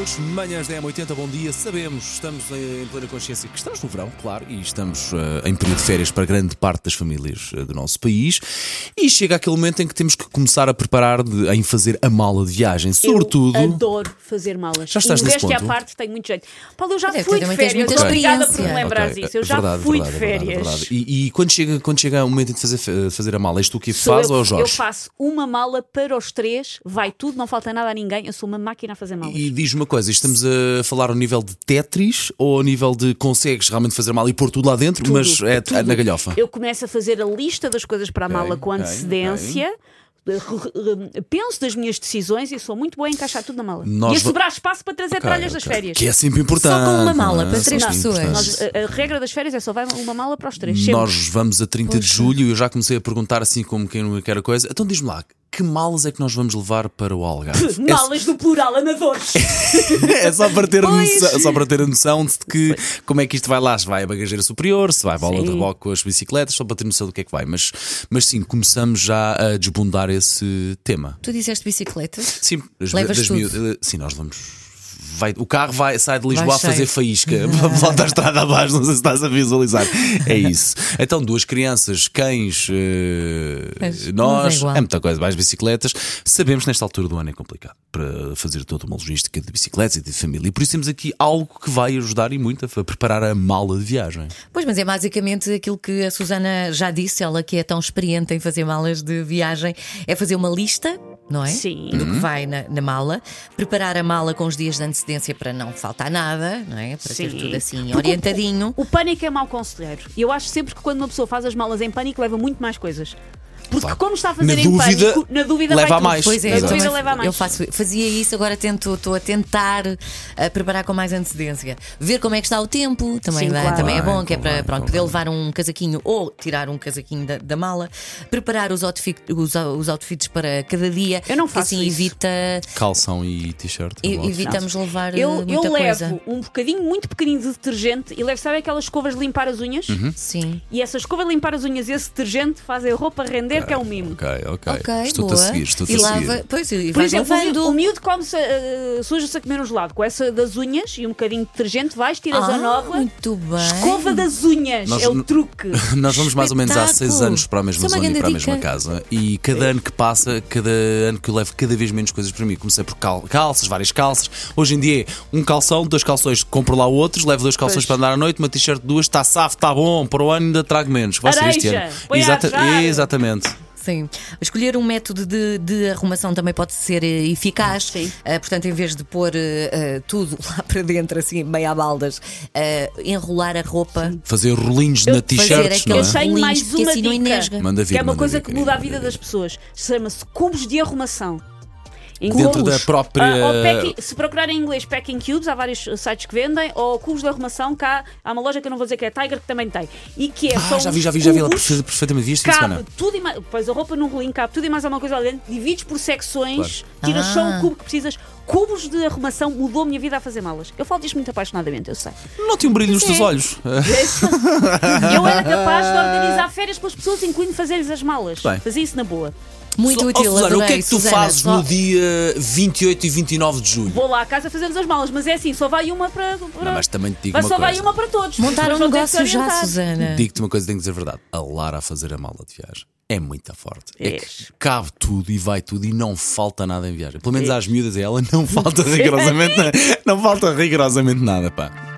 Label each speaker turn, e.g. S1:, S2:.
S1: Os manhãs da M80, bom dia. Sabemos, estamos em plena consciência que estamos no verão, claro, e estamos eh, em período de férias para grande parte das famílias eh, do nosso país. E chega aquele momento em que temos que começar a preparar de- em fazer a mala de viagem. Sobretudo.
S2: Eu adoro fazer malas.
S1: Já estás
S2: e
S1: nesse
S2: modéstia à
S1: ponto?
S2: parte, tenho muito jeito. Paulo, eu já
S3: Mas é que
S2: fui de
S3: tu também tens
S2: férias.
S3: muita
S2: Estou obrigada por
S3: experiência.
S2: me lembrares
S1: Ok, é
S2: isso. Eu já
S1: verdade,
S2: fui
S1: verdade,
S2: de
S1: verdade, é
S2: férias.
S1: verdade. E, e quando chega, quando chega o momento de fazer, fe- fazer a mala, és tu que
S2: Sou
S1: faz
S2: eu,
S1: ou o Jorge?
S2: Eu faço uma mala para os três, vai tudo, não falta nada a ninguém. Eu sou uma máquina a fazer malas.
S1: E diz-me uma coisa, estamos a falar ao nível de Tetris ou ao nível de consegues realmente fazer mal e pôr tudo lá dentro,
S2: Tudo,
S1: mas é
S2: tudo.
S1: na galhofa?
S2: Eu começo a fazer a lista das coisas para a
S1: Ok,
S2: mala com
S1: ok,
S2: antecedência. re- re- Penso das minhas decisões e sou muito boa em encaixar tudo na mala.
S1: Nós
S2: e a
S1: va-
S2: sobrar espaço para trazer
S1: Ok,
S2: tralhas das
S1: ok.
S2: férias.
S1: Que é sempre importante.
S3: Só com uma mala
S1: não é?
S3: para
S1: Só
S3: três
S1: sempre
S3: pessoas. eh,
S1: importante.
S2: Nós- a, a regra das férias é só vai uma mala para os três. sempre.
S1: Nós vamos a 30 de julho e eu já comecei a perguntar assim como quem não quer a coisa. Então diz-me lá, que malas é que nós vamos levar para o Algarve? É-
S2: Malas do plural, anadores.
S1: É, só, para ter
S3: Pois.
S1: noção, só para ter a noção de que como é que isto vai lá, se vai a bagageira superior, se vai a bola de
S2: Sim.
S1: reboque com as bicicletas, só para ter noção do que é que vai. Mas, mas sim, começamos já a desbundar esse tema.
S3: Tu disseste bicicletas?
S1: Sim, as-
S3: Levas tudo.
S1: miúdas- eh, sim, nós vamos. vai- o carro vai, sai de Lisboa
S3: Vai
S1: a fazer
S3: cheio.
S1: faísca, volta à estrada abaixo, não sei se estás a visualizar. É isso. Então, duas crianças, cães, eh,
S3: Mas não é
S1: nós,
S3: igual.
S1: é muita coisa, mais bicicletas. Sabemos que nesta altura do ano é complicado para fazer toda uma logística de bicicletas e de família. E por isso temos aqui algo que vai ajudar e muito a preparar a mala de viagem.
S3: Pois, mas é basicamente aquilo que a Susana já disse, ela que é tão experiente em fazer malas de viagem, é fazer uma lista, não é?
S2: Sim.
S3: Do que vai na, na mala, preparar a mala com os dias de antecedência para não faltar nada, não é? Para
S2: Sim.
S3: ter tudo assim
S2: Porque o-
S3: orientadinho.
S2: O pânico é mau conselheiro. E eu acho sempre que quando uma pessoa faz as malas em pânico, leva muito mais coisas. Porque
S1: Claro.
S2: como está a fazer
S1: Na
S2: em
S1: dúvida,
S2: pânico, na dúvida
S1: leva
S2: vai
S1: a
S2: tudo.
S1: mais.
S3: Pois é,
S2: na
S3: eu,
S1: Exato.
S2: dúvida
S3: também-
S2: leva a mais.
S3: eu faço, fazia isso, agora tento, estou a tentar a preparar com mais antecedência. Ver como é que está o tempo também,
S2: Sim,
S3: dá-
S2: claro.
S3: também é bom,
S1: Convém,
S3: que é para
S1: convém,
S3: pronto, poder levar um casaquinho ou tirar um casaquinho da, da mala, preparar os, outfit, os, ou- os outfits para cada dia.
S2: Eu não
S3: porque
S2: faço
S3: assim
S2: isso. Tá
S3: evita.
S1: Calção e t-shirt.
S3: e-
S1: logo.
S3: evitamos levar eh,
S2: Eu, eu
S3: muita
S2: levo
S3: coisa.
S2: um bocadinho muito pequenino de detergente e levo, sabe aquelas escovas de limpar as unhas?
S1: Uhum.
S3: Sim.
S2: E essa escova de limpar as unhas e esse detergente fazem a roupa render, que é um mimo.
S1: Ok, ok.
S3: Ok,
S1: estou-te
S3: boa.
S1: a seguir, estou-te
S3: e
S1: a seguir.
S3: lava. Pois, e
S2: Por
S3: vais
S2: exemplo, o miúdo, o
S3: lavando.
S2: miúdo come-se, ah, suja-se a comer um gelado. Com essa das unhas e um bocadinho de detergente, vais, tiras a
S3: Ah,
S2: nova.
S3: muito bem.
S2: Escova das unhas
S1: Nós-
S2: é o truque.
S1: Nós vamos mais ou menos há seis
S3: Espetáculo!
S1: anos para a mesma
S3: Isso é
S1: zona e
S3: uma grande
S1: para a mesma
S3: dica.
S1: casa. E cada ano que passa, cada ano que eu levo cada vez menos coisas para mim. Comecei por cal- calças, várias calças. Hoje em dia é um calção, dois calções, compro lá outros, levo dois calções
S2: Pois.
S1: para andar à noite, uma t-shirt, duas, está safo, está bom. Para o ano ainda trago menos. Vai ser este
S2: Areja,
S1: ano.
S2: põe a arjar.
S1: Exatamente.
S3: Sim. Escolher um método de, de arrumação também pode ser eh, eficaz.
S2: Sim.
S3: Eh, portanto, em vez de pôr eh, eh, tudo lá para dentro, assim, meio a baldas, eh, enrolar a roupa.
S1: Fazer rolinhos na
S3: fazer
S1: t-shirts, não
S2: Eu
S3: aqueles-
S1: é?
S2: tenho
S3: Rolinhos,
S2: mais
S3: porque
S2: uma
S3: assim não
S2: dica.
S3: enesga.
S1: Manda vir,
S2: que é uma
S1: manda
S2: coisa
S1: vir,
S2: que muda a
S1: querida,
S2: vida
S1: manda
S2: das pessoas. Chama-se cubos de arrumação. Em que
S1: Dentro da
S2: cubos-
S1: própria-
S2: Ah, ou packing- se procurarem em inglês packing cubes, há vários eh, sites que vendem, ou cubos de arrumação, cá há uma loja que eu não vou dizer que é Tiger que também tem. E que é
S1: Ah,
S2: são
S1: já vi, já vi, já vi. Ela
S2: cubos
S1: perfe- perfeitamente vi este fim de
S2: cabe
S1: semana.
S2: tudo e mais. Pões a roupa num rolinho, cabe tudo e mais alguma coisa lá dentro, divides por secções, tiras só
S3: Ah.
S2: o cubo que precisas. Cubos de arrumação mudou a minha vida a fazer malas. Eu falo disto muito apaixonadamente, eu sei.
S1: Não tem um brilho nos teus
S3: é.
S1: olhos.
S2: Eu era capaz de organizar férias pelas pessoas, incluindo fazer-lhes as malas.
S1: Bem.
S2: Fazia isso na boa.
S3: Muito
S1: Ó,
S3: útil.
S1: Susana, o que é
S3: adorei,
S1: que tu
S3: Susana,
S1: fazes
S3: só-
S1: no dia 28 e 29 de julho?
S2: Vou lá à casa fazer-lhes as malas, mas é assim, só vai uma para. para-
S1: Não, mas também te digo
S2: Mas
S1: uma
S2: só vai
S1: coisa.
S2: uma para todos.
S3: Montar um
S2: Mas vão ter que se
S3: negócio já,
S2: orientar.
S3: Susana.
S1: Digo-te uma coisa, tenho que dizer a verdade. A Lara a fazer a mala de viagem é muito forte. É,
S2: És.
S1: que cabe tudo e vai tudo e não falta nada em viagem. Pelo menos às miúdas a ela não falta rigorosamente, não falta rigorosamente nada, pá.